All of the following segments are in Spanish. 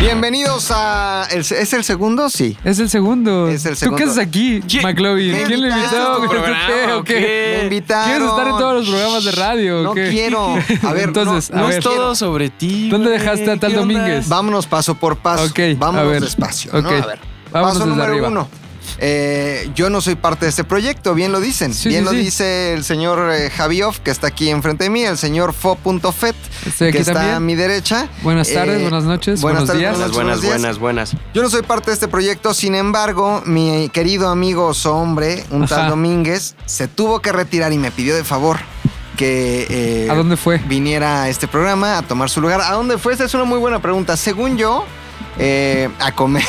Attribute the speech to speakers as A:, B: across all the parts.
A: Bienvenidos a. el- ¿Es el segundo? Sí.
B: Es el segundo.
A: Es el
B: ¿Tú
A: segundo.
B: qué haces aquí,
C: ¿Quién-
B: McLovin?
A: me
B: ¿Quién le invitó?
A: invitaron a tu
B: güey? ¿Tú
C: programa
B: qué,
C: o
B: o qué?
C: qué?
A: Me invitaron.
B: ¿Quieres estar en todos los programas de radio? o
A: No
B: qué?
A: quiero. A ver,
B: Entonces,
A: no,
B: a
C: No
B: ver.
C: es todo sobre ti.
B: ¿Dónde
C: güey.
B: dejaste a tal
C: ¿Qué onda?
B: Domínguez?
A: Vámonos paso por paso.
B: Ok,
A: Vámonos
B: a ver.
A: despacio. ¿no?
B: Ok.
A: A ver.
B: Vámonos
A: paso
B: desde
A: número
B: arriba.
A: uno. Eh, yo no soy parte de este proyecto, bien lo dicen.
B: Sí,
A: bien
B: sí,
A: lo
B: sí.
A: dice el señor eh, Javioff, que está aquí enfrente de mí, el señor Fo.fet,
B: Estoy
A: que
B: aquí
A: está a
B: también.
A: mi derecha.
B: Buenas tardes,
A: Eh,
B: buenas noches,
A: buenas
B: buenos
A: tardes,
B: días.
A: buenas
C: Buenas,
A: Buenos
C: buenas,
A: días.
C: buenas, buenas.
A: Yo no soy parte de este proyecto, sin embargo, mi querido amigo hombre, un tal
B: Ajá.
A: Domínguez, se tuvo que retirar y me pidió de favor que eh,
B: ¿A dónde fue?
A: viniera a este programa a tomar su lugar. ¿A dónde fue? Esa es una muy buena pregunta. Según yo, eh, a comer.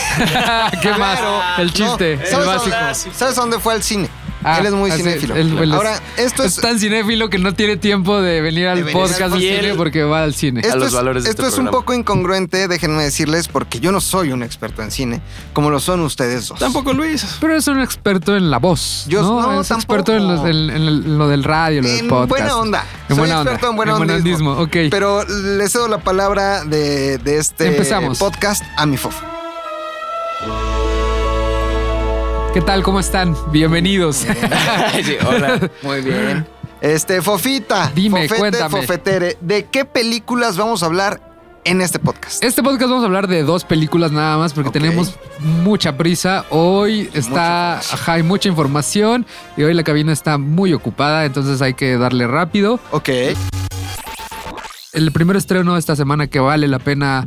B: ¿Qué más? El
A: No,
B: chiste, el
A: ¿sabes a
B: básico.
A: dónde- ¿Sabes a dónde fue al cine?
B: Ah,
A: él es muy
B: así,
A: cinéfilo.
B: él- él es-
A: Ahora, esto
B: Es
A: es,
B: tan cinéfilo que no tiene tiempo de venir al
A: De venir al
B: podcast de
C: podcast.
B: cine porque va al cine.
A: esto
C: los
A: es-
C: valores de
A: esto
C: este
A: es un
C: programa.
A: poco incongruente, déjenme decirles, porque yo no soy un experto en cine, como lo son ustedes dos.
C: Tampoco Luis.
B: Pero es un experto en la voz.
A: Yo-
B: no,
A: no,
B: es
A: tampoco.
B: experto en, los- en- en el- lo del radio, lo del
A: En
B: podcast.
A: buena onda.
B: En
A: Soy
B: buena onda.
A: experto en buena
B: en
A: ondismo.
B: ondismo, ok.
A: Pero le cedo la palabra de, de este
B: Empezamos.
A: podcast a mi fofo.
B: ¿Qué tal? ¿Cómo están? Bienvenidos.
C: Sí, hola.
A: Muy bien. Este, Fofita.
B: Dime,
A: Fofete,
B: cuéntame.
A: Fofetere, ¿de qué películas vamos a hablar en este podcast?
B: Este podcast vamos a hablar de dos películas nada más porque
A: Ok.
B: tenemos mucha prisa. Hoy está,
A: información.
B: ajá, hay mucha información y hoy la cabina está muy ocupada, entonces hay que darle rápido.
A: Ok.
B: El primer estreno de esta semana que vale la pena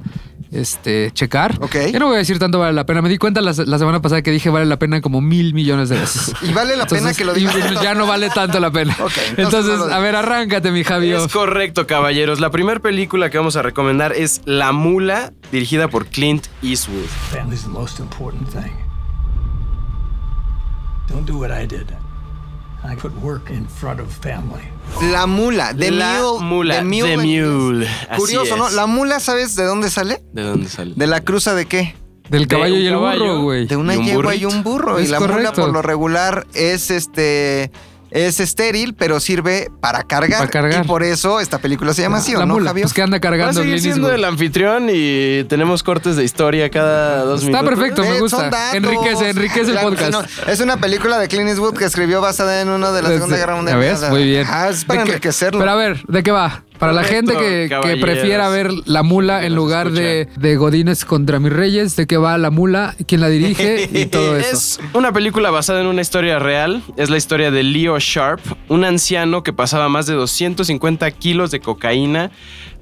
B: este, checar.
A: Ok.
B: Yo no voy a decir tanto vale la pena. Me di cuenta la, se- la semana pasada que dije vale la pena como mil millones de veces.
A: Y vale la pena
B: Entonces,
A: que lo digas.
B: y pues, ya no vale tanto la pena.
A: Ok, entonces
B: entonces,
A: no lo
B: a ver, arráncate, mi Javio.
C: Es correcto, caballeros. La primera película que vamos a recomendar es La Mula, dirigida por Clint Eastwood.
D: Family's the most important thing. Don't do what I did. I put work in front of family.
A: La mula. De
C: La
A: Mule.
C: Mula,
A: The Mule.
C: The
A: en
C: Mule,
A: inglés.
C: así
A: Curioso, ¿no?
C: es.
A: La mula, ¿sabes de dónde sale?
C: ¿De dónde sale?
A: ¿De la cruza de qué?
B: Del
C: De
B: caballo
C: un
B: y el
C: caballo.
B: burro, güey.
A: De una
C: Y un
A: yegua y
C: burrito.
A: un burro. y
B: Es
A: la mula
B: correcto.
A: por lo regular es este. Es estéril, pero sirve para cargar.
B: Para cargar.
A: Y por eso esta película se llama así, ¿o
B: la
A: no,
B: mula,
A: Javier?
B: pues que anda
C: Va a
B: cargando
C: seguir
B: Clint
C: siendo
B: Eastwood.
C: el anfitrión y tenemos cortes de historia cada dos
B: Está
C: minutos.
B: perfecto, me
A: Eh, son
B: gusta.
A: datos.
B: Enriquece, enriquece el
A: Claro que
B: podcast.
A: no. Es una película de Clint Eastwood que escribió basada en uno de la
B: Desde-
A: Segunda Guerra Mundial.
B: ¿Ya ves? Muy bien.
A: Ah, es para
B: ¿De qué-
A: enriquecerlo.
B: Pero a ver, ¿de qué va? Para la
C: Correcto,
B: gente que, que
C: caballeros.
B: prefiera ver La Mula en
C: Nos
B: lugar de, de Godines contra mis reyes, ¿de qué va La Mula? ¿Quién la dirige? Y todo eso.
C: Es una película basada en una historia real. Es la historia de Leo Sharp, un anciano que pasaba más de 250 kilos de cocaína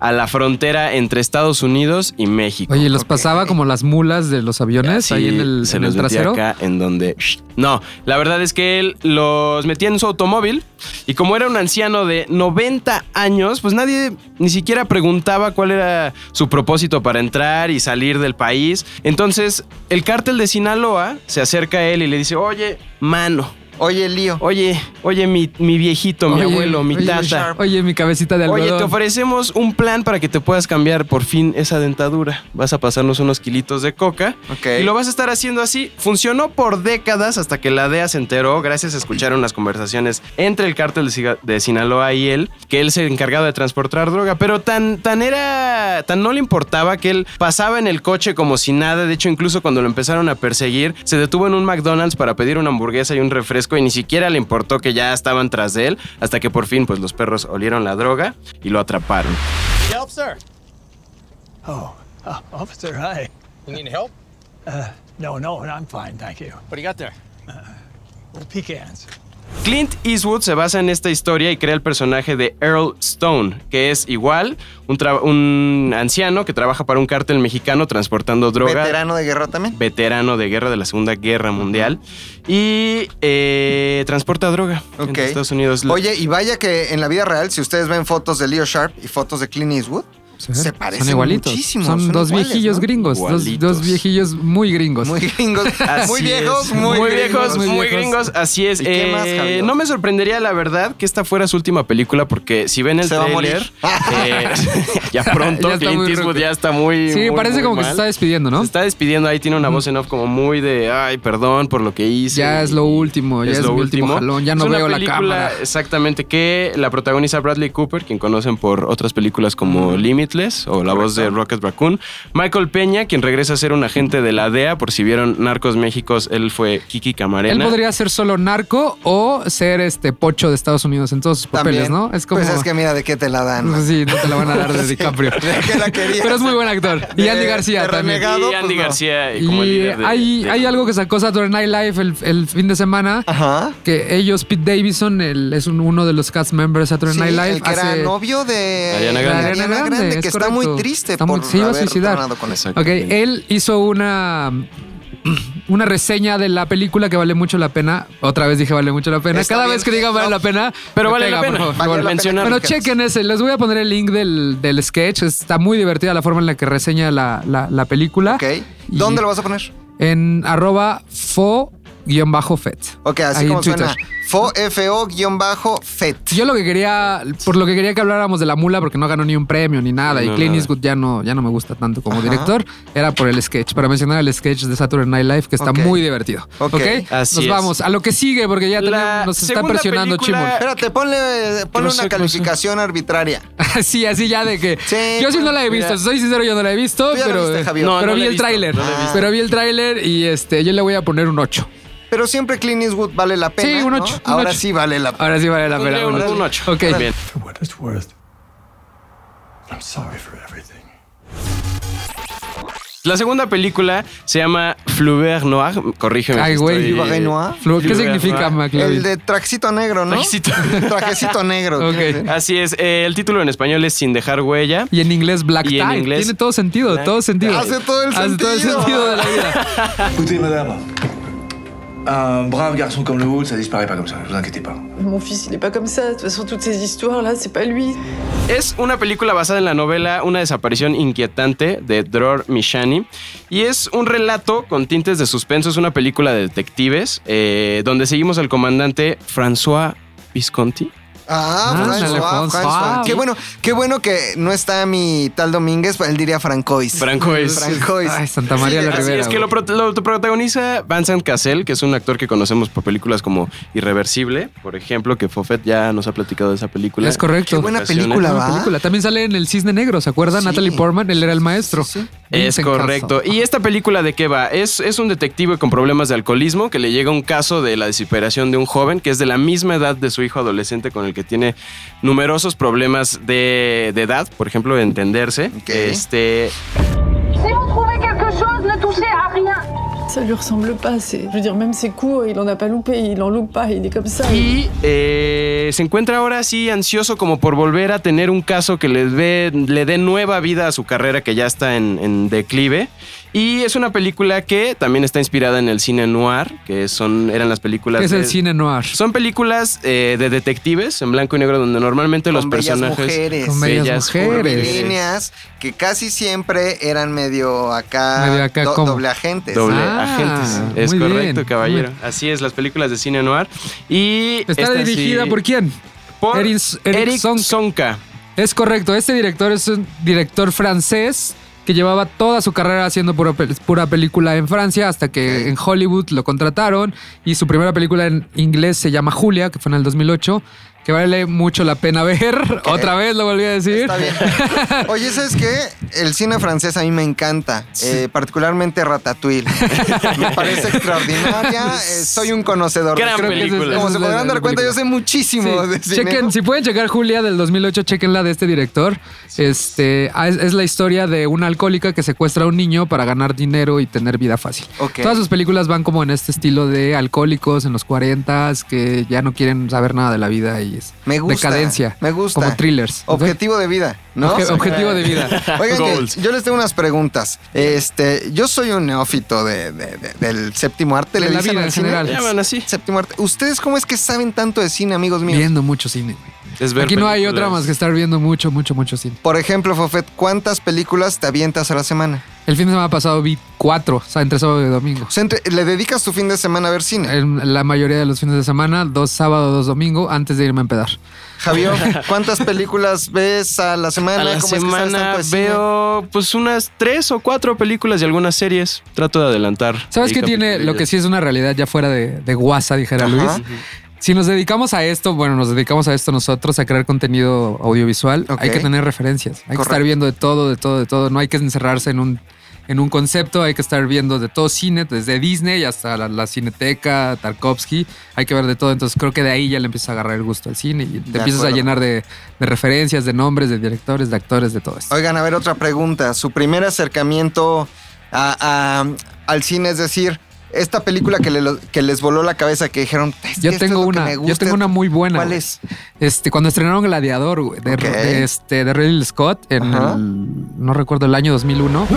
C: a la frontera entre Estados Unidos y México.
B: Oye, ¿los
A: Ok.
B: pasaba como las mulas de los aviones
C: Así
B: ahí en el,
C: se
B: en
C: los
B: el
C: metía
B: trasero?
C: acá en donde no la verdad es que él los metía en su automóvil y como era un anciano de 90 años pues nadie ni siquiera preguntaba cuál era su propósito para entrar y salir del país entonces el cártel de Sinaloa se acerca a él y le dice oye mano
A: Oye, Lío.
C: oye oye mi, mi viejito mi
B: Oye,
C: abuelo mi
B: oye,
C: tata
B: Oye, mi cabecita de
C: Oye,
B: algodón.
C: te ofrecemos un plan para que te puedas cambiar por fin esa dentadura. Vas a pasarnos unos kilitos de coca
A: Ok.
C: y lo vas a estar haciendo así. Funcionó por décadas hasta que la DEA se enteró, gracias a escuchar unas conversaciones entre el cártel de, Siga- de Sinaloa y él, que él se encargaba de transportar droga. Pero tan, tan era, tan no le importaba que él pasaba en el coche como si nada. De hecho, incluso cuando lo empezaron a perseguir, se detuvo en un McDonald's para pedir una hamburguesa y un refresco y ni siquiera le importó que ya estaban tras de él, hasta que por fin, pues los perros olieron la droga y lo atraparon.
E: Help, sir.
D: Oh, uh, officer, hi.
E: You need help?
D: Uh, no, no, I'm fine, thank you.
E: What do you got there?
D: Pecans.
C: Clint Eastwood se basa en esta historia y crea el personaje de Earl Stone, que es igual un, tra- un anciano que trabaja para un cártel mexicano transportando droga.
A: Veterano de guerra también.
C: veterano de guerra de la Segunda Guerra Mundial. Y eh, transporta droga
A: Ok.
C: entre Estados Unidos.
A: Oye, y vaya que en la vida real, si ustedes ven fotos de Leo Sharp y fotos de Clint Eastwood,
B: Sí.
A: se
B: Son
A: parecen
B: igualitos.
A: muchísimo.
B: Son, dos
A: iguales,
B: viejillos
A: ¿no?
B: gringos. Dos,
C: Igualitos.
B: dos viejillos muy gringos.
A: Muy gringos.
C: Así
A: muy
C: es.
A: viejos, muy,
C: Muy
A: gringos.
C: viejos, muy
B: viejos.
C: gringos. Así es.
A: ¿Y qué más,
C: Eh,
A: Javier?
C: no me sorprendería, la verdad, que esta fuera su última película, porque si ven el
A: Se va a Ah,
C: tráiler, eh, ya
B: Ya
C: pronto,
B: está
C: Clint
B: muy
C: Eastwood
B: ruco.
C: ya está muy.
B: Sí,
C: muy,
B: parece
C: muy
B: como que
C: mal.
B: se está despidiendo, ¿no?
C: Se está despidiendo ahí, tiene una voz en off como muy de, ay, perdón por lo que hice.
B: Ya es lo último, ya es mi último jalón, ya no
C: Es una
B: veo la
C: película,
B: cámara.
C: Exactamente, que la protagoniza Bradley Cooper, quien conocen por otras películas como Rootless, o la voz de Rocket Raccoon. Michael Peña, quien regresa a ser un agente de la DEA, por si vieron Narcos Méxicos, él fue Kiki
B: Él
C: Camarena.
B: podría ser solo narco o ser este pocho de Estados Unidos en todos sus papeles,
A: También.
B: ¿no? Es como.
A: Pues es que mira de qué te la dan. ¿no?
B: Pues sí, no te la van a dar de DiCaprio.
A: ¿De qué la querías?
B: Pero es muy buen actor. Y
A: De-
B: Andy
A: de
B: García también.
A: renegado,
C: y
A: pues
C: Andy
A: no.
C: García eh, como el
B: Y
C: líder de-
B: hay,
C: de-
B: hay algo que sacó Saturday Night Live el, el fin de semana.
A: Ajá.
B: Que ellos, Pete Davison, el- es un- uno de los cast members de Saturday
A: Sí,
B: Night Live.
A: el que era
B: hace-
A: novio de
C: Ariana Grande.
A: Ariana
B: Ariana
A: Grande,
B: Grande,
A: que
B: es
A: está muy
B: correcto.
A: triste
B: Está muy-
A: por
B: se iba a
A: haber
B: suicidar.
A: tronado con eso.
B: Ok, él hizo una una reseña de la película que vale mucho la pena. Otra vez dije vale mucho la pena.
A: Está
B: Cada
A: bien,
B: vez que diga
A: no.
B: vale la pena,
C: Pero
B: me
C: vale la
B: pega,
C: pena.
B: por favor.
A: Vale la pena.
C: mencionar.
B: Bueno,
A: Fíjate.
B: chequen ese. Les voy a poner el link del, del sketch. Está muy divertida la forma en la que reseña la, la- la película.
A: Ok.
B: Y
A: ¿Dónde lo vas a poner?
B: En arroba fo-fet.
A: Ok, así
B: Ahí
A: como
B: en Twitter.
A: suena. Fo FO guión bajo E FET.
B: Yo lo que quería, por lo que quería que habláramos de la mula, porque no ganó ni un premio ni nada,
C: No,
B: y Clint
C: nada.
B: Eastwood ya no, ya no me gusta tanto como
A: Ajá.
B: director, era por el sketch, para mencionar el sketch de Saturday Night Live, que está
A: Ok.
B: muy divertido.
A: Ok,
B: Ok,
C: así
B: nos
C: es.
B: vamos a lo que sigue, porque ya tenemos-
C: La
B: nos está
C: segunda
B: presionando
C: película-
A: Espérate, ponle, ponle
C: sé,
A: una
C: que no sé.
A: calificación arbitraria.
B: Chimol. sí, así ya de que.
A: Sí,
B: yo sí no la he
C: mira.
B: visto, soy sincero, yo no la he visto,
A: Tú ya la
B: pero.
A: viste, Javier.
C: No,
B: pero
C: no la
B: vi
C: he
B: el
C: visto,
B: tráiler.
C: no la he visto.
B: pero vi el tráiler y este, yo le voy a poner un 8.
A: Pero siempre Clint Eastwood vale la pena.
B: Sí, un
A: ¿no?
B: ocho, un
A: Ahora
B: ocho.
A: sí vale la pena.
B: Ahora sí vale la
C: Un
B: pena.
C: león,
B: un
C: un
B: ocho.
C: ocho.
B: Ok.
C: Bien.
D: For what it's worth. I'm sorry for everything.
C: La segunda película se llama Flaubert Noir. Corrígeme.
B: Ay,
C: si
B: güey.
C: estoy-
A: Flaubert Noir.
B: Flo, ¿Qué
C: Flaubert
B: significa,
C: Noir.
B: McLovin?
A: El de trajecito negro, ¿no?
C: Trajecito.
A: Trajecito negro.
B: Ok.
A: quiere decir.
C: Así es. eh, el título en español es Sin dejar huella.
B: Y en inglés Black
C: Y
B: Tie.
C: en inglés,
B: Tiene todo sentido,
C: Black
B: todo sentido.
A: Hace todo el
B: Hace todo el
A: sentido.
B: sentido de la vida.
E: Écoutez, madame, un brave garçon comme le vôtre, ça disparaît pas comme ça, ne vous inquiétez pas.
F: Mon fils, il est pas comme ça. De toute façon, toutes ces histoires-là, c'est pas lui.
C: Es una película basada en la novela Una desaparición inquietante de Dror Mishani y es un relato con tintes de suspenso, es una película de detectives eh, donde seguimos al comandante François Visconti.
A: Ah,
B: Ándale,
A: François,
B: François.
A: François. Qué bueno, qué bueno que no está mi tal Domínguez, él diría Francois.
C: Francois.
A: Francois.
B: Ay, Santa María
A: Sí,
B: la
C: Así
B: Rivera.
C: es que lo,
B: güey.
C: pro- lo protagoniza Vincent Cassel, que es un actor que conocemos por películas como Irreversible, por ejemplo, que Fofet ya nos ha platicado de esa película.
B: Es correcto.
A: Qué buena
C: Ocasiones.
A: película,
B: Buena
A: ¿va?
B: película. También sale en El Cisne Negro, ¿se acuerdan?
A: Sí.
B: Natalie Portman, él era el maestro.
A: Sí, sí, sí.
C: Es
B: Vincent
C: correcto.
B: Castle.
C: ¿Y esta película de qué va? Es, es un detective con problemas de alcoholismo que le llega un caso de la desesperación de un joven que es de la misma edad de su hijo adolescente con el que tiene numerosos problemas de, de edad, por ejemplo, de entenderse.
A: Ok.
C: Este,
G: Si vous trouvez quelque chose, ne touchez à rien.
F: Ça lui ressemble pas. C'est, je veux dire, même ses coups, il en a pas loupé. Il en loupe pas. Il est comme ça.
C: y eh, se encuentra ahora así ansioso como por volver a tener un caso que le dé, le dé nueva vida a su carrera que ya está en, en declive. Y es una película que también está inspirada en el cine noir, que son, eran las películas...
B: Es el
C: de-
B: cine noir.
C: Son películas eh, de detectives en blanco y negro donde normalmente los
A: Con bellas
C: personajes
A: mujeres.
B: Con bellas
C: bellas
B: mujeres.
A: Líneas que casi siempre eran medio acá,
B: Medio acá,
A: do-
B: ¿cómo?
A: doble agentes.
C: doble
B: Ah,
C: agentes. Es
B: muy bien,
C: correcto,
B: muy
C: caballero.
B: bien.
C: Así es, las películas de cine noir. Y
B: Está
C: esta
B: dirigida
C: sí-
B: por quién?
C: por
B: Eric-
C: Eric,
B: Eric Sonka.
C: Sonka.
B: Es correcto. Este director es un director francés que llevaba toda su carrera haciendo pura, pel- pura película en Francia hasta que en Hollywood lo contrataron y su primera película en inglés se llama Julia, que fue en el 2008, que vale mucho la pena ver. Otra vez lo volví a decir.
A: Está bien. Oye, ¿sabes qué? El cine francés a mí me encanta, eh, particularmente Ratatouille. me parece extraordinaria. eh, soy un conocedor.
C: Gran
A: Creo que
B: ese-
C: película.
A: Como se
B: esa es la-
A: podrán
B: la
A: dar cuenta, yo sé muchísimo de
B: Sí,
A: cine.
B: chequen, si pueden checar Julia del 2008, chequenla de este director. Este ah, es, es la historia de una alcohólica que secuestra a un niño para ganar dinero y tener vida fácil.
A: Ok.
B: Todas sus películas van como en este estilo de alcohólicos en los 40 que ya no quieren saber nada de la vida y es
A: Me gusta.
B: decadencia.
A: Me gusta.
B: Como thrillers. ¿ok?
A: Objetivo de vida, ¿no?
B: Obje- objetivo de vida.
A: Oigan,
C: Goals.
A: que yo les tengo unas preguntas. Este, yo soy un neófito de- de- de- del séptimo arte.
B: De
A: ¿Le
B: la
A: dicen
B: vida
A: al
B: en
A: cine?
B: general.
C: Llaman así.
A: Séptimo arte. ¿Ustedes cómo es que saben tanto de cine, amigos míos?
B: Viendo mucho cine. güey.
C: Es ver
B: Aquí no hay
C: películas.
B: otra más que estar viendo mucho, mucho, mucho cine.
A: Por ejemplo, Fofet, ¿cuántas películas te avientas a la semana?
B: El fin de semana pasado vi cuatro, o sea, entre sábado y domingo.
A: O sea, entre- ¿Le dedicas tu fin de semana a ver cine?
B: En la mayoría de los fines de semana, dos sábados, dos domingo, antes de irme a empedar.
A: Javier, ¿cuántas películas ves a la semana?
C: A la
A: ¿Cómo es que sabes
C: semana
A: tanto de cine?
C: veo pues unas tres o cuatro películas y algunas series. Trato de adelantar.
B: ¿Sabes
C: ahí
B: qué tiene? Lo que
C: capitulillos.
B: sí es una realidad ya fuera de, de guasa, dijera
A: Ajá.
B: Luis. si nos dedicamos a esto, bueno, nos dedicamos a esto nosotros, a crear contenido audiovisual,
A: Ok.
B: hay que tener referencias. Hay que
A: Correcto.
B: estar viendo de todo, de todo, de todo. No hay que encerrarse en un, en un concepto, hay que estar viendo de todo cine, desde Disney hasta la, la Cineteca, Tarkovsky. Hay que ver de todo. Entonces creo que de ahí ya le empiezas a agarrar el gusto al cine y te
A: De
B: empiezas
A: acuerdo.
B: a llenar de, de referencias, de nombres, de directores, de actores, de todo esto.
A: Oigan, a ver, otra pregunta. Su primer acercamiento a- a- al cine, es decir, esta película que, le- que les voló la cabeza, que dijeron, "Es que
B: Yo
A: esto es
B: tengo
A: lo que
B: una,
A: me
B: yo
A: gusta".
B: tengo una muy buena.
A: ¿Cuál
B: güey.
A: es?
B: Este, cuando estrenaron Gladiador, güey, de,
A: Ok.
B: de este, de Ridley Scott, en
A: Ajá.
B: el- no recuerdo el año 2001.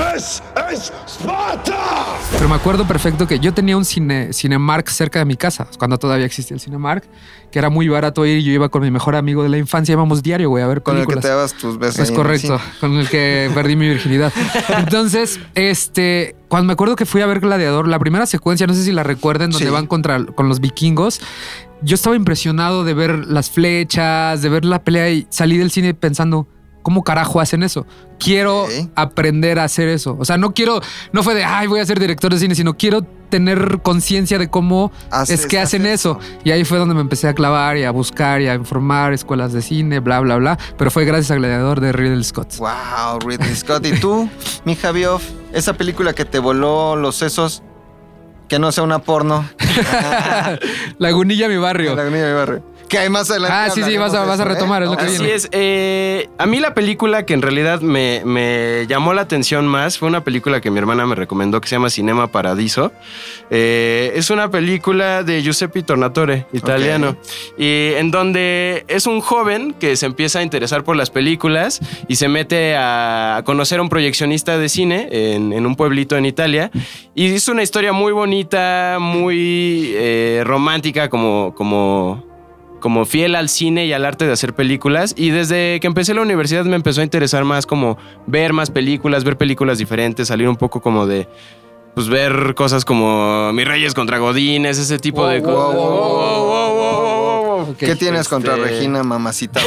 B: Pero me acuerdo perfecto que yo tenía un cine, Cinemark cerca de mi casa, cuando todavía existía el Cinemark, que era muy barato ir. Yo iba con mi mejor amigo de la infancia, íbamos diario, güey, a ver
A: Con el que
B: películas.
A: te dabas tus besos.
B: Es
A: ahí en el
B: correcto,
A: cine.
B: con el que perdí mi virginidad. Entonces, este, cuando me acuerdo que fui a ver Gladiador, la primera secuencia, no sé si la recuerden, donde
A: Sí.
B: van contra con los vikingos, yo estaba impresionado de ver las flechas, de ver la pelea y salí del cine pensando, ¿cómo carajo hacen eso? Quiero
A: Ok.
B: aprender a hacer eso. O sea, no quiero, no fue de, ay, voy a ser director de cine, sino quiero tener conciencia de cómo
A: Haces-
B: es que hacen
A: haces
B: eso. Y ahí fue donde me empecé a clavar y a buscar y a informar escuelas de cine, bla, bla, bla. Pero fue gracias a Gladiador de Riddle Scott.
A: Wow, Ridley Scott. ¿Y tú, mi Javioff? Esa película que te voló los sesos, que no sea una porno.
B: Lagunilla, mi barrio.
A: La Avenida de mi barrio. Que hay más adelante.
B: Ah, sí, sí,
A: hablaremos
B: vas a-
A: de
B: vas
A: eso,
B: a
A: ¿eh?
B: retomar, es lo que
A: Ok.
B: viene.
C: Así es. eh, a mí la película que en realidad me, me llamó la atención más fue una película que mi hermana me recomendó que se llama Cinema Paradiso. Eh, es una película de Giuseppe Tornatore, italiano, y en donde es un joven que se empieza a interesar por las películas y se mete a conocer a un proyeccionista de cine en, en un pueblito en Italia. Y es una historia muy bonita, muy eh, romántica, como... como como fiel al cine y al arte de hacer películas y desde que empecé la universidad me empezó a interesar más como ver más películas, ver películas diferentes, salir un poco como de pues ver cosas como Mis Reyes contra Godines, ese tipo de
A: Wow,
C: cosas.
A: wow, wow, wow,
B: Ok.
A: ¿Qué tienes contra
C: Este-
A: Regina, mamacita?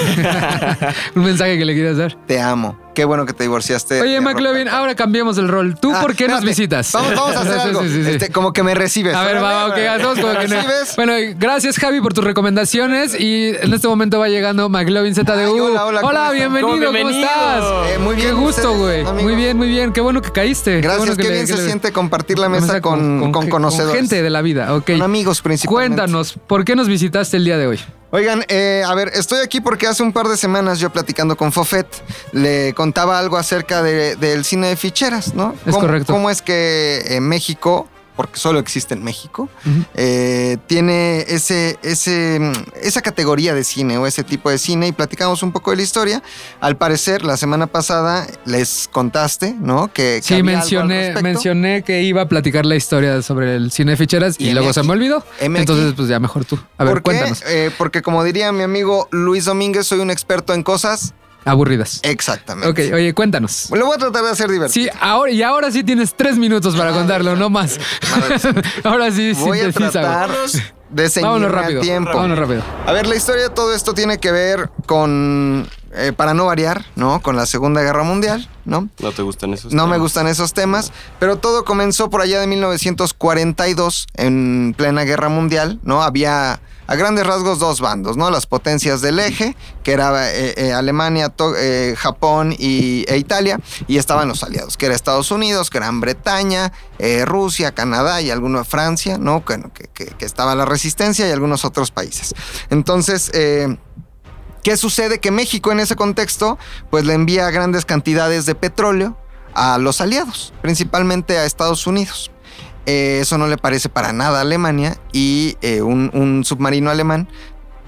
B: Un mensaje que le quieras dar.
A: Te amo. Qué bueno que te divorciaste.
B: Oye,
A: de
B: McLovin,
A: Roberto.
B: ahora cambiamos el rol. ¿Tú
A: Ah,
B: por qué nos
A: espérate.
B: visitas?
A: Vamos, vamos a hacer
B: Sí,
A: algo.
B: sí, sí, sí.
A: Este, como que me recibes.
B: A ver, va, va, ok, hacemos como que no.
A: ¿Recibes?
B: Bueno, gracias Javi por tus recomendaciones y en este momento va llegando McLovin ZDU.
A: Ay, hola, hola, ¿cómo están?
B: bienvenido,
C: ¿Cómo
B: ¿cómo,
C: bienvenido?
B: estás?
A: Eh, muy bien,
B: Qué gusto,
A: ¿ustedes,
B: güey.
A: amigos?
B: Muy bien, muy bien. Qué bueno que caíste. Qué
A: Gracias,
B: bueno
A: qué
B: que le-
A: bien
B: que
A: se
B: le-
A: siente compartir la mesa con, con, conocedores.
B: gente de la vida, ok.
A: Con amigos principalmente.
B: Cuéntanos, ¿por qué nos visitaste el día de hoy?
A: Oigan, eh, a ver, estoy aquí porque hace un par de semanas yo platicando con Fofet le contaba algo acerca de- del cine de ficheras, ¿no?
B: Es
A: ¿Cómo-
B: correcto.
A: ¿Cómo es que eh, México, porque solo existe en México,
B: Ujú.
A: eh, tiene ese, ese, mm, esa categoría de cine o ese tipo de cine y platicamos un poco de la historia. Al parecer, la semana pasada les contaste, ¿no? Que, que
B: Sí,
A: había algo al
B: mencioné,
A: respecto.
B: mencioné que iba a platicar la historia sobre el cine de ficheras y,
A: Y
B: luego
A: heme
B: se
A: aquí.
B: me olvidó.
A: Heme
B: Entonces,
A: aquí.
B: pues ya mejor tú. A ver,
A: ¿Por qué?
B: cuéntanos.
A: Eh, porque como diría mi amigo Luis Domínguez, soy un experto en cosas.
B: Aburridas.
A: Exactamente.
B: Ok, oye, cuéntanos.
A: Lo voy a tratar de hacer divertido.
B: Sí, ahora, y ahora sí tienes tres minutos para contarlo, no más. ahora sí,
A: Voy a
B: sintetiza, güey.
A: tratar de ceñirme
B: Vámonos
A: a
B: rápido.
A: tiempo.
B: Vámonos rápido.
A: A ver, la historia de todo esto tiene que ver con, eh, para no variar, ¿no? Con la Segunda Guerra Mundial, ¿no?
C: ¿No te gustan esos?
A: No me
C: temas?
A: gustan esos temas, pero todo comenzó por allá de 1942, en plena guerra mundial, ¿no? Había a grandes rasgos dos bandos, ¿no? Las potencias del eje, que era eh, eh, Alemania, to- eh, Japón y, e Italia, y estaban los aliados, que era Estados Unidos, Gran Bretaña, eh, Rusia, Canadá y alguna Francia, ¿no? Que, que- que- que estaba la resistencia y algunos otros países. Entonces, eh, ¿Qué sucede? Que México en ese contexto, pues le envía grandes cantidades de petróleo a los aliados, principalmente a Estados Unidos. Eh, eso no le parece para nada a Alemania y eh, un, un submarino alemán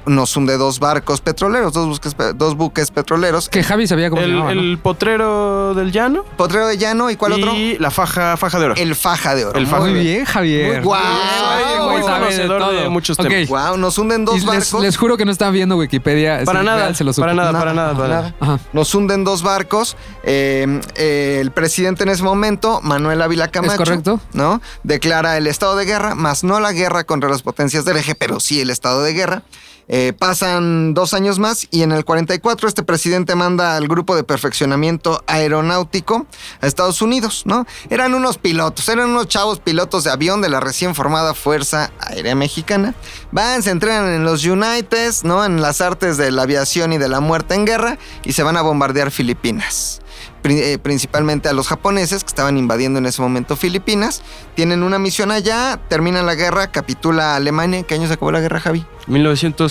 A: nos hunde dos barcos petroleros, dos buques, pe- dos buques petroleros.
B: Que Javi sabía cómo se
C: El,
B: llamaba, ¿no?
C: el potrero del llano
A: Potrero de Llano y ¿cuál otro?
C: y la faja, faja de oro.
A: El Faja de Oro.
C: El Faja
B: Muy
C: de Oro.
B: bien, Javier.
A: Muy guau.
B: Ay,
A: Muy
B: güey, sabe de
C: conocedor de
B: todo.
C: muchos
B: Ok,
C: temas.
A: Wow, nos hunden dos
B: y les,
A: barcos.
B: les juro que no están viendo Wikipedia.
C: Para
B: Sí,
C: nada,
B: real, se los
C: para
B: juro.
C: nada, para nada, para nada.
B: Ajá.
A: Nos hunden dos barcos. Eh, eh, el presidente en ese momento, Manuel Ávila Camacho,
B: correcto.
A: ¿no? Declara el estado de guerra, más no la guerra contra las potencias del eje, pero sí el estado de guerra. Eh, pasan dos años más y en el 44 este presidente manda al grupo de perfeccionamiento aeronáutico a Estados Unidos, ¿no? Eran unos pilotos, eran unos chavos pilotos de avión de la recién formada Fuerza Aérea Mexicana. Van, se entrenan en los Uniteds, ¿no? En las artes de la aviación y de la muerte en guerra y se van a bombardear Filipinas pri- eh, principalmente a los japoneses que estaban invadiendo en ese momento Filipinas. Tienen una misión allá, termina la guerra, capitula Alemania. ¿Qué año se acabó la guerra, Javi?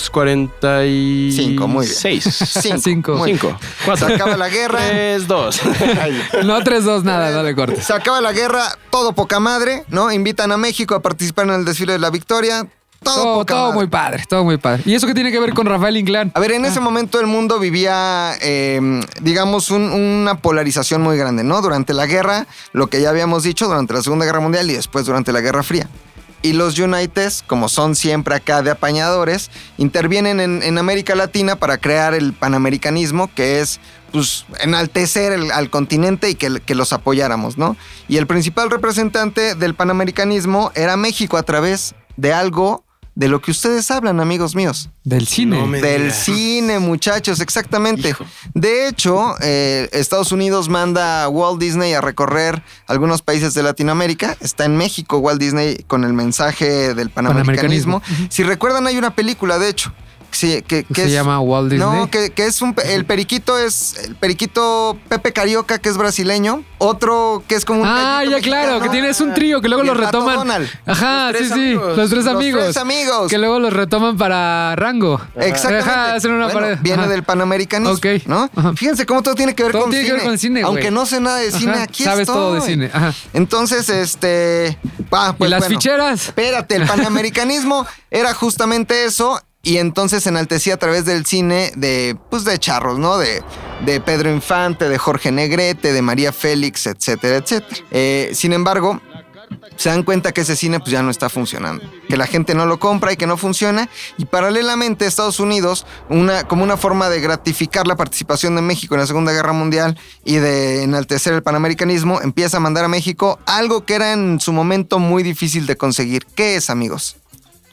C: 1946.
A: Cinco, muy bien.
C: Cinco.
B: Cinco.
A: Muy bien.
C: Cinco. Cuatro. Eh,
A: Se acaba la guerra.
C: Tres, dos.
A: Ay.
B: No 3-2, nada, no le cortes.
A: Se acaba la guerra, todo poca madre, ¿no? Invitan a México a participar en el desfile de la victoria. Todo,
B: Todo,
A: poca
B: todo
A: madre.
B: muy padre, todo muy padre. ¿Y eso qué tiene que ver con Rafael Inclán?
A: A ver, en ese momento el mundo vivía, eh, digamos, un- una polarización muy grande, ¿no? Durante la guerra, lo que ya habíamos dicho, durante la Segunda Guerra Mundial y después durante la Guerra Fría. Y los Unites, como son siempre acá de apañadores, intervienen en, en América Latina para crear el panamericanismo, que es pues, enaltecer el- al continente y que, que los apoyáramos, ¿no? Y el principal representante del panamericanismo era México a través de algo de lo que ustedes hablan, amigos míos.
B: Del cine.
C: No me-
A: Del
C: digas.
A: cine, muchachos, exactamente. De hecho, eh, Estados Unidos manda a Walt Disney a recorrer algunos países de Latinoamérica. Está en México Walt Disney con el mensaje del panamericanismo. Si recuerdan, hay una película, de hecho. que sí- que, que
B: se
A: es-
B: llama Walt Disney.
A: No, que, que es un... pe- El periquito es... El periquito Pepe Carioca, que es brasileño. Otro que es como un...
B: Ah,
A: gallito
B: ya claro,
A: mexicano.
B: que tienes un trío que luego
A: Y
B: lo
A: el Pato
B: retoman.
A: Donald.
B: Ajá,
C: Los
B: sí,
C: tres
B: sí,
C: amigos.
B: los tres
A: Los
B: amigos.
A: tres amigos.
B: Que luego los retoman para Rango.
A: Exactamente.
B: Ajá, hacen una
A: Bueno,
B: pared.
A: Viene
B: Ajá.
A: del panamericanismo.
B: Ok.
A: ¿no?
B: Ajá.
A: Fíjense cómo todo tiene que ver
B: Todo
A: con
B: tiene que
A: cine.
B: ver con cine, güey.
A: Aunque no sé nada de cine,
B: Ajá,
A: aquí
B: Sabes
A: estoy.
B: todo de cine. Ajá.
A: Entonces, este. va, pues,
B: y las
A: bueno.
B: ficheras.
A: Espérate, el panamericanismo era justamente eso. Y entonces enaltecía a través del cine de, pues, de charros, ¿no? De, de Pedro Infante, de Jorge Negrete, de María Félix, etcétera, etcétera. Eh, sin embargo, se dan cuenta que ese cine pues ya no está funcionando, que la gente no lo compra y que no funciona y paralelamente Estados Unidos una como una forma de gratificar la participación de México en la Segunda Guerra Mundial y de enaltecer el panamericanismo empieza a mandar a México algo que era en su momento muy difícil de conseguir. ¿Qué es, amigos?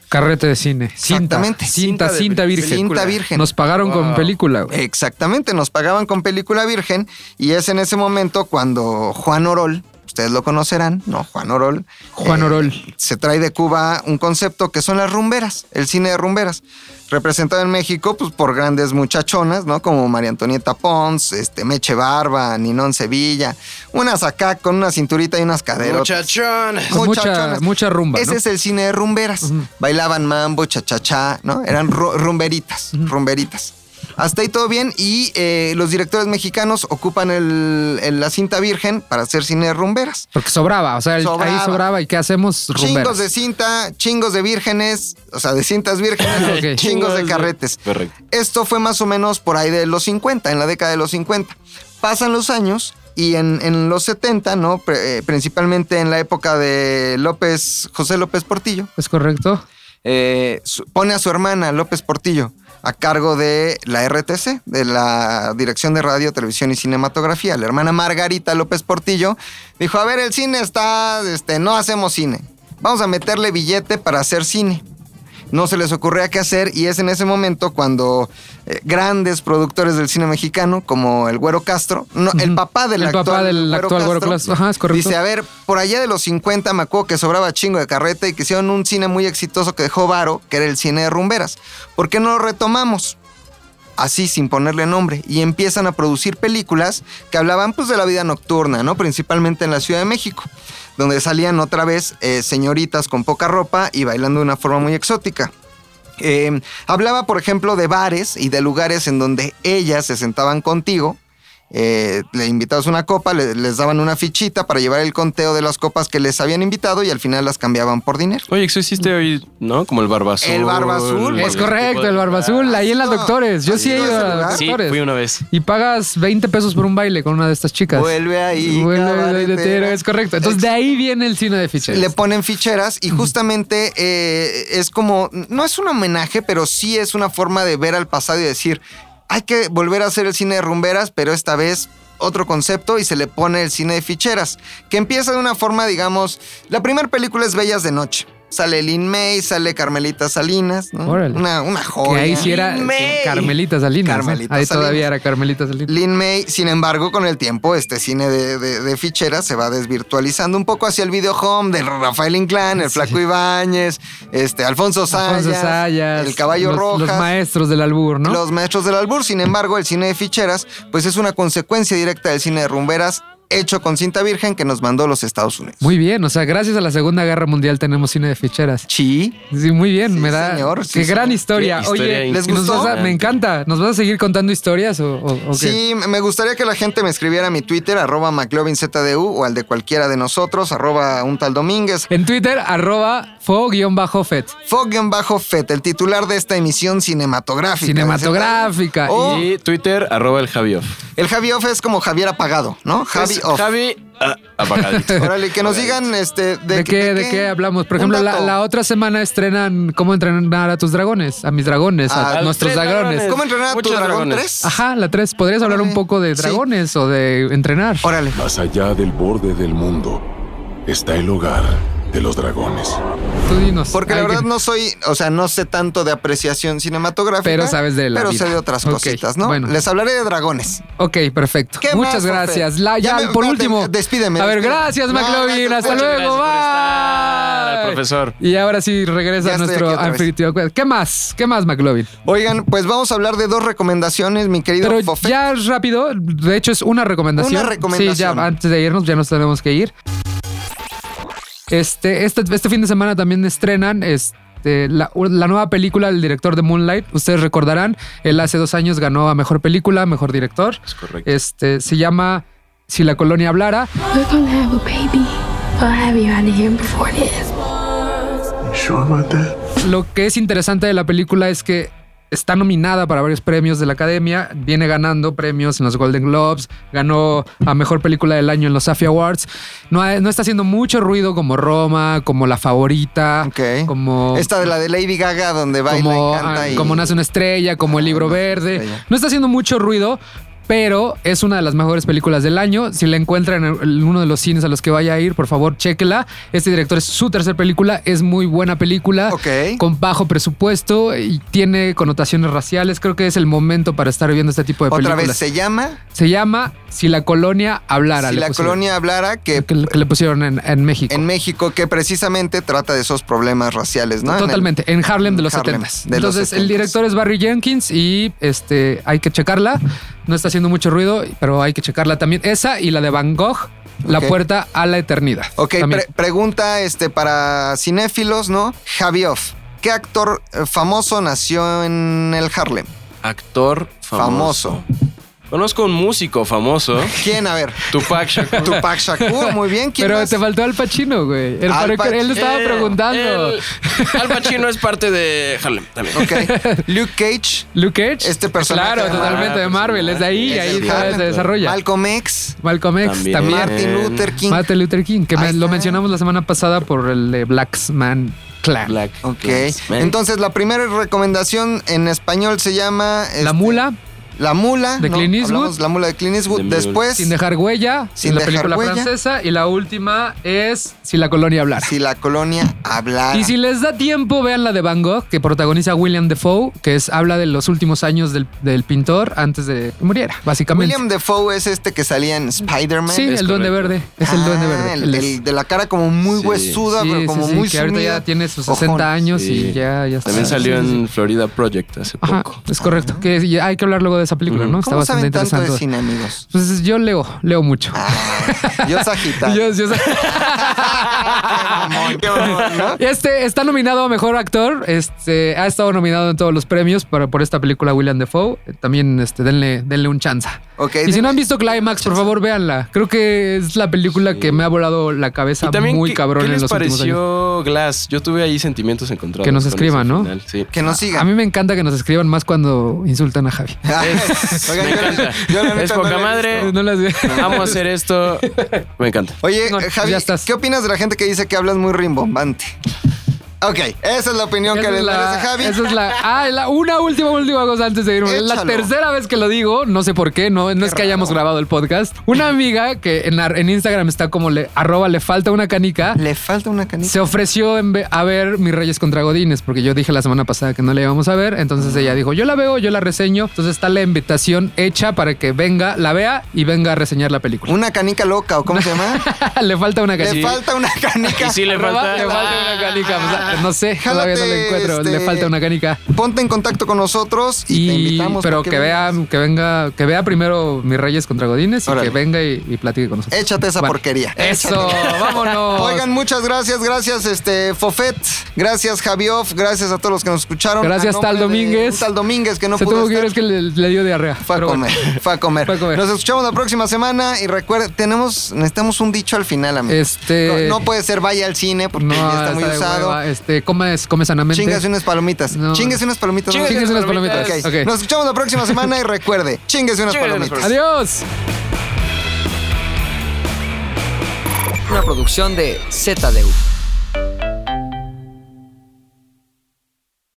B: Carrete de cine. Cinta.
A: Exactamente.
B: Cinta, cinta,
C: de
B: virgen.
A: Cinta virgen. Eh,
B: Nos pagaron con película, güey.
A: Exactamente, nos pagaban con película virgen y es en ese momento cuando Juan Orol, ustedes lo conocerán, ¿no? Juan Orol.
B: Juan
A: eh,
B: Orol.
A: se trae de Cuba un concepto que son las rumberas, el cine de rumberas, representado en México pues, por grandes muchachonas, ¿no? Como María Antonieta Pons, este, Meche Barba, Ninón Sevilla, unas acá con una cinturita y unas caderas.
C: Muchachón.
B: Con mucha, mucha rumba.
A: Ese
B: ¿no?
A: es el cine de rumberas. Bailaban mambo, chachachá, ¿no? Eran ru- rumberitas, rumberitas. Hasta ahí todo bien y eh, los directores mexicanos ocupan el- el- la cinta virgen para hacer cine de rumberas.
B: Porque sobraba, o sea, el- ahí
A: Sobraba.
B: sobraba. ¿Y qué hacemos? Rumberas.
A: Chingos de cinta, chingos de vírgenes, o sea, de cintas vírgenes,
B: Ok.
A: chingos de carretes.
C: Correcto.
A: Esto fue más o menos por ahí de los 50, en la década de los 50. Pasan los años y en, en los 70, ¿no? Pre- eh, principalmente en la época de López, José López Portillo,
B: ¿Es correcto?
A: eh, su- pone a su hermana López Portillo a cargo de la RTC, de la Dirección de Radio, Televisión y Cinematografía. La hermana Margarita López Portillo dijo, a ver, el cine está, este, no hacemos cine. Vamos a meterle billete para hacer cine. No se les ocurría qué hacer y es en ese momento cuando eh, grandes productores del cine mexicano, como el Güero Castro, no, el
B: Ujú.
A: papá del
B: El
A: actual,
B: papá del actual Güero Castro. Ajá, es correcto.
A: dice, a ver, por allá de los 50 me acuerdo que sobraba chingo de carreta y que hicieron un cine muy exitoso que dejó varo, que era el cine de rumberas. ¿Por qué no lo retomamos? Así, sin ponerle nombre. Y empiezan a producir películas que hablaban pues de la vida nocturna, ¿no? Principalmente en la Ciudad de México, donde salían otra vez eh, señoritas con poca ropa y bailando de una forma muy exótica. Eh, hablaba, por ejemplo, de bares y de lugares en donde ellas se sentaban contigo. eh, le invitabas una copa, le- les daban una fichita para llevar el conteo de las copas que les habían invitado y al final las cambiaban por dinero.
C: Oye, eso hiciste hoy, ¿no? Como el barba azul.
A: El Barba Azul,
B: Es
A: Porque
B: pues correcto, el barba azul, ahí en las
A: no,
B: doctores. Yo
A: ahí
B: sí he
A: no
B: ido
A: es
B: a
A: el
B: las
A: lugar.
C: Sí,
B: doctores.
C: fui una vez.
B: Y pagas 20 pesos por un baile con una de estas chicas.
A: Vuelve ahí.
B: Vuelve,
A: cabaretera.
B: es correcto. Entonces de ahí viene el cine de ficheras.
A: Le ponen ficheras y justamente eh, es como, no es un homenaje, pero sí es una forma de ver al pasado y decir, hay que volver a hacer el cine de rumberas, pero esta vez otro concepto y se le pone el cine de ficheras, que empieza de una forma, digamos, la primera película es Bellas de Noche. Sale Lin May, sale Carmelita Salinas, ¿no?
B: Órale.
A: Una, una
B: Que
A: joya.
B: ahí sí era
C: Lin May.
B: Carmelita Salinas. ¿no?
A: Carmelita
B: ahí
A: Salinas.
B: todavía era Carmelita Salinas.
A: Lin May, sin embargo, con el tiempo, este cine de, de- de ficheras se va desvirtualizando un poco hacia el video home del Rafael Inclán, el Flaco Ibáñez, este, Alfonso Sayas,
B: Alfonso Sayas,
A: el Caballo
B: los,
A: Rojas.
B: Los maestros del albur, ¿no?
A: Los maestros del albur, sin embargo, el cine de ficheras, pues es una consecuencia directa del cine de rumberas hecho con cinta virgen que nos mandó los Estados Unidos.
B: Muy bien, o sea, gracias a la Segunda Guerra Mundial tenemos cine de ficheras.
A: chi.
B: Sí, muy bien,
A: Sí,
B: me da.
A: señor, sí,
B: qué
A: señor.
B: gran historia.
C: Qué historia
B: Oye,
A: ¿les
B: nos
A: gustó?
B: vas a- me encanta. ¿Nos vas a seguir contando historias o, o- o qué?
A: Sí, me gustaría que la gente me escribiera a mi Twitter, arroba McLovinZDU o al de cualquiera de nosotros, arroba un tal Domínguez.
B: En Twitter, arroba fo-fet.
A: Fog-Fet, el titular de esta emisión cinematográfica.
B: Cinematográfica.
A: O-
C: Y Twitter, arroba el Javioff.
A: El Javi Off es como Javier Apagado, ¿no? Javi
C: Es
A: Off.
C: Javi ah, apagadito.
A: Órale, que nos digan este,
B: ¿De, qué, ¿De qué hablamos? Por
A: Un
B: ejemplo, la,
A: dato.
B: la otra semana estrenan cómo entrenar a tus dragones, a mis dragones, a,
A: Ah,
B: nuestros
C: tres
B: dragones.
C: dragones.
A: ¿Cómo entrenar a tu
C: Muchos
A: dragón
C: dragones.
A: 3?
B: Ajá, la 3. ¿Podrías hablar un
A: Órale,
B: poco de
A: sí.
B: dragones o de entrenar?
A: Órale.
H: Más allá del borde del mundo está el hogar de los dragones.
B: Tú dinos.
A: Porque la
B: Ay,
A: verdad
B: que-
A: no soy, o sea, no sé tanto de apreciación cinematográfica.
B: Pero sabes de la
A: Pero
B: vida.
A: sé de otras
B: Ok,
A: cositas, ¿no?
B: bueno.
A: Les hablaré de dragones.
B: Ok, perfecto.
A: ¿Qué
B: Muchas
A: más,
B: gracias.
A: Jorge?
B: La- ya,
A: Ya me-
B: por
A: espérate,
B: último.
A: despídeme,
B: A ver,
A: despídeme.
B: gracias,
A: No,
B: McLovin.
A: gracias,
B: Hasta
A: muchas
B: luego.
C: gracias por estar,
B: Bye.
C: Ah, profesor.
B: Y ahora sí regresa
A: Ya estoy
B: nuestro
A: aquí otra vez.
B: anfitrión. ¿Qué más? ¿Qué más, McLovin?
A: Oigan, pues vamos a hablar de dos recomendaciones, mi querido
B: Pero
A: Fofet.
B: ya es rápido. De hecho, es una recomendación.
A: Una recomendación.
B: Sí, ya antes de irnos, ya nos tenemos que ir. Este, este, este fin de semana también estrenan este, la, la nueva película del director de Moonlight. Ustedes recordarán, él hace dos años ganó a Mejor Película, Mejor Director.
C: Es correcto.
B: Este, se llama Si la Colonia Hablara.
I: We're gonna have a baby. I'll have you out of here before it is.
B: Lo que es interesante de la película es que está nominada para varios premios de la Academia, viene ganando premios en los Golden Globes, ganó a Mejor Película del Año en los AFI Awards. No, ha- no está haciendo mucho ruido como Roma, como La Favorita,
A: Ok.
B: como...
A: Esta de la de Lady Gaga, donde baila
B: como,
A: y canta
B: ah,
A: y-
B: como Nace una Estrella, como El Libro
A: Nace una
B: Verde.
A: estrella.
B: No está haciendo mucho ruido, pero es una de las mejores películas del año. Si la encuentran en en uno de los cines a los que vaya a ir, por favor, chéquela. Este director es su tercera película, es muy buena película,
A: Ok.
B: con bajo presupuesto y tiene connotaciones raciales. Creo que es el momento para estar viendo este tipo de
A: Otra
B: películas.
A: vez se llama
B: Se llama Si la colonia hablara.
A: Si
B: le
A: la
B: pusieron.
A: colonia hablara, que
B: que, le- que le pusieron en, en pues México.
A: en México, que precisamente trata de esos problemas raciales, ¿no? Ah, En el-
B: Totalmente, en Harlem de los
A: Harlem
B: 70s.
A: de los
B: Entonces, el
A: 70s.
B: director es Barry Jenkins y este hay que checarla. No está haciendo mucho ruido, pero hay que checarla también. Esa y la de Van Gogh, La
A: Ok.
B: puerta a la eternidad.
A: Ok,
B: También.
A: pre- pregunta este, para cinéfilos, ¿no? Javioff, ¿qué actor eh, famoso nació en el Harlem?
C: Actor famoso.
A: Famoso.
C: Conozco un músico famoso,
A: ¿Quién? A ver.
C: Tupac Shakur.
A: Tupac Shakur, muy bien. ¿Quién
B: Pero
A: más?
B: te faltó Al Pacino, güey. El
A: Al
B: pare-
A: Pac-
B: Él estaba
C: Eh,
B: preguntando.
C: el- Al Pacino es parte de Harlem también.
A: Ok. Luke Cage.
B: Luke Cage.
A: Este personaje
B: Claro,
A: de Marvel.
B: totalmente de Marvel. Es de ahí,
A: es
B: ahí
A: del
B: todavía
A: Harlem.
B: se desarrolla.
A: Malcolm X.
B: Malcolm X
C: También.
B: también.
A: Martin Luther King.
B: Martin Luther King, que
A: Ahí
B: me- lo
A: está.
B: mencionamos la semana pasada por el de Black Man Clan.
C: Black.
A: Ok.
C: Lives Matter.
A: Entonces, la primera recomendación en español se llama...
B: La
A: este,
B: mula,
A: La Mula.
B: De
A: ¿no?
B: Clint Eastwood.
A: Hablamos La Mula de Clint Eastwood.
C: De Mule.
A: Después,
B: Sin dejar huella,
A: Sin
B: en la
A: dejar
B: película
A: huella.
B: francesa. Y la última es Si la colonia hablara.
A: si la colonia hablara.
B: Y si les da tiempo, vean la de Van Gogh, que protagoniza William Defoe, que es, habla de los últimos años del, del pintor antes de que muriera, básicamente.
A: William Defoe es este que salía en Spider-Man.
B: sí,
C: Es
B: el Duende
C: correcto.
B: Verde. Es el Duende
A: Ah,
B: Verde.
A: el-
B: Él es-
A: el de la cara como muy
C: Sí.
A: huesuda,
B: Sí,
A: pero como
B: sí, sí,
A: muy
B: que ahorita ya
A: sumida.
B: tiene sus
A: Ojones.
B: 60 años
C: Sí.
B: y ya, ya está.
C: También salió
B: Sí, sí, sí.
C: en Florida Project hace
B: Ajá,
C: poco.
B: es correcto. Que y hay que hablar luego de esa película,
C: Ujú.
B: ¿no? Está
A: ¿Cómo
B: bastante
A: saben tanto
B: interesante.
A: de cine, amigos?
B: Pues yo leo, leo mucho.
A: Ah, yo Sagitario. Ah,
B: Yo- yo-
A: Qué mamón, ¿no?
B: Este está nominado a mejor actor. Este ha estado nominado en todos los premios para, por esta película William Defoe. También este, denle, denle un chance.
A: Ok,
B: y si
A: denle
B: no han visto Climax, por favor, véanla. Creo que es la película que me ha volado la cabeza
C: Y también,
B: muy
C: ¿qué-
B: cabrón en
C: ¿qué les
B: los últimos años.
C: pareció Glass? Yo tuve ahí sentimientos encontrados.
B: Que nos
C: con
B: escriban,
C: ese
B: ¿no?
C: final, Sí.
A: Que nos
B: A
A: sigan.
B: mí me encanta que nos escriban más cuando insultan a Javi.
C: Es-
A: Oigan,
C: me
A: yo la-
C: encanta.
A: yo la neta
C: es
A: no
C: poca
A: la he
C: madre.
B: No las veo.
C: Vamos a hacer esto. Me encanta.
A: Oye, eh,
B: No,
A: Javi,
B: pues ya estás.
A: ¿qué opinas de la gente que dice que hablas muy rimbombante? Ok, esa es la opinión que
B: Esa
A: le
B: es
A: merece
B: la,
A: Javi.
B: esa es la- ah, la- una última, última cosa antes de irme. Es La
A: Échalo.
B: tercera vez que lo digo, no sé por qué, no, no es que hayamos grabado el podcast. Una amiga que en, ar- en Instagram está como le, arroba le falta una canica.
A: Le falta una canita.
B: se ofreció en ve- a ver Mis Reyes contra Godines, porque yo dije la semana pasada que no la íbamos a ver. Entonces ella dijo: Yo la veo, yo la reseño. Entonces está la invitación hecha para que venga, la vea y venga a reseñar la película.
A: Una canica loca, ¿o cómo se llama?
B: le falta una
A: Le
B: canica.
A: falta una canica.
C: Y sí le
B: Arroba,
C: falta.
B: le falta una canica. Pues, no sé,
A: Jálate,
B: todavía no la encuentro. Le
A: este,
B: falta una canica.
A: Ponte en contacto con nosotros y, te
B: Y-
A: invitamos.
B: pero
A: para
B: que vea,
A: veas.
B: que venga, que vea primero Mis Reyes contra Godines y
A: Órale.
B: que venga y, y platique con nosotros.
A: Échate esa
B: Bueno, eh,
A: porquería.
B: Eso, vámonos.
A: Oigan, muchas gracias, gracias este Fofet, gracias Javioff, gracias a todos los que nos escucharon. A
B: Gracias,
A: nombre
B: Tal
A: de
B: Domínguez.
A: un Tal Domínguez que no
B: Se
A: pudo
B: tuvo que ir,
A: estar.
B: es que le, le dio diarrea.
A: Fue a,
B: Pero bueno.
A: comer, fue a comer,
B: Fue a comer.
A: Nos escuchamos la próxima semana y recuerden, tenemos, necesitamos un dicho al final, amigo.
B: Este-
A: No, no puede ser vaya al cine porque
B: No,
A: ya está muy
B: de
A: usado.
B: hueva. Este, come, come sanamente.
A: Chingas unas palomitas.
B: No.
A: Chingues unas palomitas. ¿no?
B: Chingues unas palomitas.
A: Ok.
B: Ok.
A: Nos escuchamos la próxima semana y recuerde, chingues unas
C: Chingues unas
A: palomitas.
B: Adiós.
J: Una producción de ZDU.